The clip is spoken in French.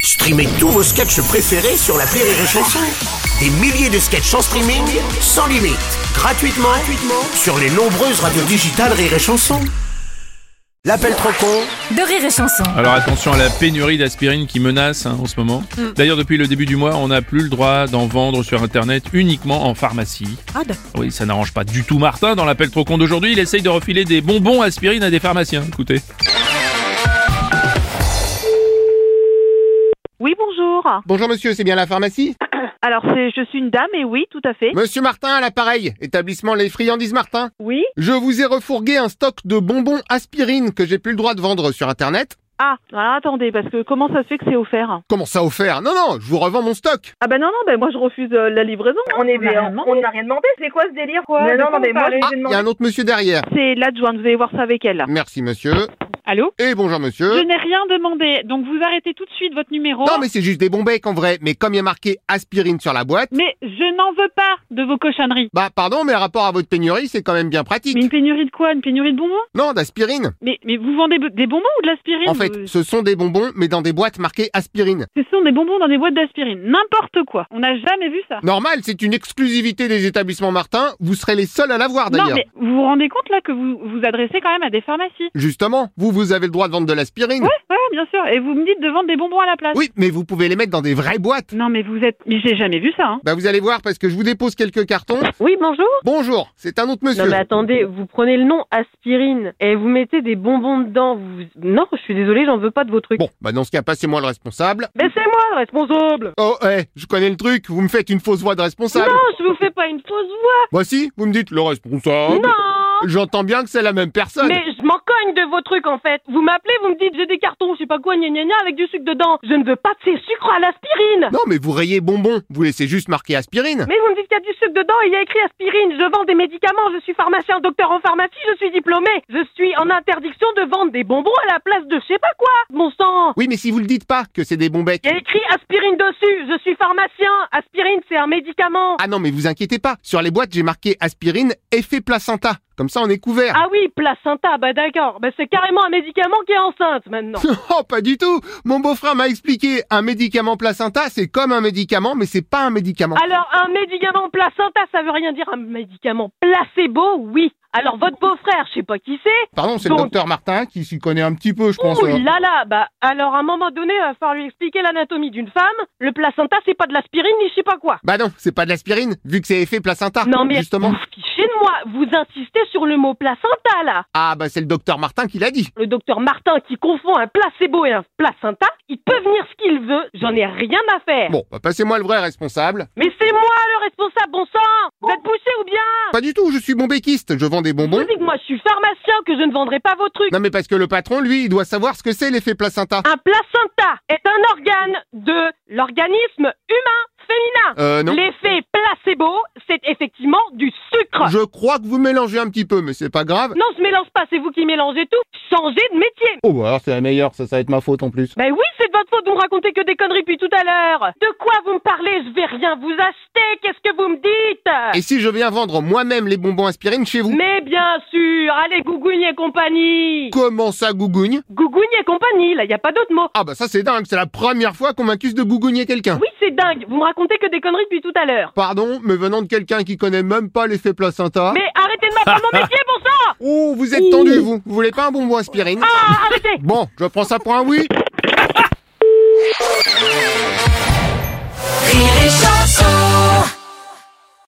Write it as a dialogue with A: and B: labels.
A: Streamez tous vos sketchs préférés sur la Rire et Chanson. Des milliers de sketchs en streaming, sans limite, gratuitement, gratuitement sur les nombreuses radios digitales Rire et Chanson. L'appel trop con
B: de rire et chanson.
C: Alors attention à la pénurie d'aspirine qui menace hein, en ce moment. D'ailleurs, depuis le début du mois, on n'a plus le droit d'en vendre sur Internet uniquement en pharmacie.
B: Ah d'accord.
C: Oui, ça n'arrange pas du tout Martin. Dans l'appel trop con d'aujourd'hui, il essaye de refiler des bonbons aspirine à des pharmaciens. Écoutez.
D: Oui, bonjour.
E: Bonjour monsieur, c'est bien la pharmacie
D: Alors, c'est, je suis une dame, et oui, tout à fait.
E: Monsieur Martin à l'appareil, établissement Les Friandises Martin.
D: Oui
E: Je vous ai refourgué un stock de bonbons aspirine que j'ai plus le droit de vendre sur internet.
D: Ah, alors attendez, parce que comment ça se fait que c'est offert
E: Comment ça offert Non, non, je vous revends mon stock.
D: Ah ben non, non, ben moi je refuse euh, la livraison. hein.
F: On est on n'a rien demandé, c'est quoi ce délire quoi
D: Mais
F: De
D: non, non,
F: quoi
D: mais
F: vous
D: moi,
F: parlez
E: Ah, il y a un autre monsieur derrière.
D: C'est l'adjointe, vous allez voir ça avec elle.
E: Merci monsieur.
G: Allô
E: Et bonjour
G: Je
E: monsieur.
G: n'ai rien demandé, donc vous arrêtez tout de suite votre numéro.
E: Hein? Non mais c'est juste des bons becs en vrai, mais comme il y a marqué aspirine sur la boîte,
G: Mais je n'en veux pas de vos cochonneries.
E: bah pardon, mais rapport à votre pénurie, c'est quand même bien pratique.
G: Mais une pénurie de quoi Une pénurie de bonbons
E: Non, d'aspirine.
G: mais, mais vous vendez be- des bonbons ou de l'aspirine
E: En fait,
G: vous
E: ce sont des bonbons, mais dans des boîtes marquées aspirine.
G: Ce sont des bonbons dans des boîtes d'aspirine. N'importe quoi. On n'a jamais vu ça.
E: Normal, c'est une exclusivité des établissements Martin, vous serez les seuls à l'avoir
G: Non,
E: d'ailleurs.
G: mais vous vous rendez compte là que vous vous adressez quand même à des pharmacies
E: Justement, vous, vous avez le droit de vendre de l'aspirine.
G: Ouais, ouais, bien sûr. Et vous me dites de vendre des bonbons à la place.
E: Oui, mais vous pouvez les mettre dans des vraies boîtes.
G: Non, mais vous êtes. Mais j'ai jamais vu ça, hein.
E: Bah, vous allez voir parce que je vous dépose quelques cartons.
H: Oui, bonjour.
E: Bonjour, c'est un autre
H: Non
E: monsieur.
H: mais attendez, vous prenez le nom aspirine et vous mettez des bonbons dedans. Vous... Non, je suis désolée, j'en veux pas de vos trucs.
E: Bon, bah dans ce cas, passez-moi le responsable.
H: Mais c'est moi le responsable.
E: Oh, eh, je connais le truc, vous me faites une fausse voix de responsable.
H: Non, je vous fais pas une fausse voix.
E: Bah si, vous me dites le responsable.
H: Non.
E: J'entends bien que c'est la même personne.
H: Mais je m'en cogne de vos trucs en fait. Vous m'appelez, vous me dites j'ai des cartons, je sais pas quoi, gna gna gna avec du sucre dedans. Je ne veux pas de ces sucres à l'aspirine.
E: Non, mais vous rayez bonbon, vous laissez juste marquer aspirine.
H: Mais vous me dites qu'il y a du sucre dedans, il y a écrit aspirine. Je vends des médicaments, je suis pharmacien, docteur en pharmacie, je suis diplômé. Je suis en interdiction de vendre des bonbons à la place de je sais pas quoi. Bon sang.
E: Oui, mais si vous le dites pas que c'est des bons becs.
H: Il y a écrit aspirine dessus, je suis pharmacien, aspirine c'est un médicament.
E: Ah non, mais vous inquiétez pas, sur les boîtes, j'ai marqué aspirine effet placenta. Comme ça, on est couvert.
H: Ah oui, placenta, bah d'accord, bah c'est carrément un médicament qui est enceinte maintenant.
E: Oh, pas du tout Mon beau-frère m'a expliqué, un médicament placenta, c'est comme un médicament, mais c'est pas un médicament.
H: Alors un médicament placenta, ça veut rien dire un médicament placebo, oui. Alors votre beau-frère, je sais pas qui c'est.
E: Pardon, c'est le
H: donc-
E: docteur Martin qui s'y connaît un petit peu, je pense.
H: Ouh
E: euh.
H: là là, bah alors à un moment donné, il va falloir lui expliquer l'anatomie d'une femme. Le placenta, c'est pas de l'aspirine ni je sais pas quoi.
E: Bah non, c'est pas de l'aspirine, vu que c'est effet placenta.
H: Non mais
E: Ah, Justement.
H: vous vous fichez de moi, vous insistez sur le mot placenta là.
E: Ah bah c'est le docteur Martin qui l'a dit.
H: le docteur Martin qui confond un placebo et un placenta, il peut venir ce qu'il veut, j'en ai rien à faire.
E: Bon, bah passez-moi le vrai responsable.
H: Mais c'est moi le responsable, bon sang Vous êtes poussé ou bien
E: Pas du tout, je suis bombéquiste, je vends des
H: Je vous
E: bonbons.
H: dis que moi je suis pharmacien, que je ne vendrai pas vos trucs.
E: Non mais parce que le patron, lui, il doit savoir ce que c'est l'effet placenta.
H: Un placenta est un organe de l'organisme humain féminin.
E: Euh non.
H: L'effet placebo, c'est effectivement du sucre.
E: Je crois que vous mélangez un petit peu, mais c'est pas grave.
H: Non, je mélange pas, c'est vous qui mélangez tout. Changez de métier.
E: Oh bah alors c'est la meilleure, ça, ça va être ma faute en plus.
H: Ben oui, c'est de votre faute, vous me racontez que des conneries depuis tout à l'heure. De quoi vous me parlez Je vais rien vous acheter, qu'est-ce que vous me dites
E: Et si je viens vendre moi-même les bonbons aspirine chez vous
H: Mais bien sûr, allez, Gougougne et compagnie
E: Comment ça, gougougne
H: Gougougne et compagnie, là, y a pas d'autre mot.
E: Ah bah ça c'est dingue, c'est la première fois qu'on m'accuse de bougougner quelqu'un.
H: Oui, c'est dingue, vous me racontez que des conneries depuis tout à l'heure.
E: Pardon, mais venant de quelqu'un qui connaît même pas l'effet placenta.
H: Mais arrêtez de m'apprendre mon métier, bon sang
E: Oh, vous êtes tendu vous. Vous voulez pas un bonbon aspirine
H: Ah, arrêtez
E: Bon, je prends ça pour un oui.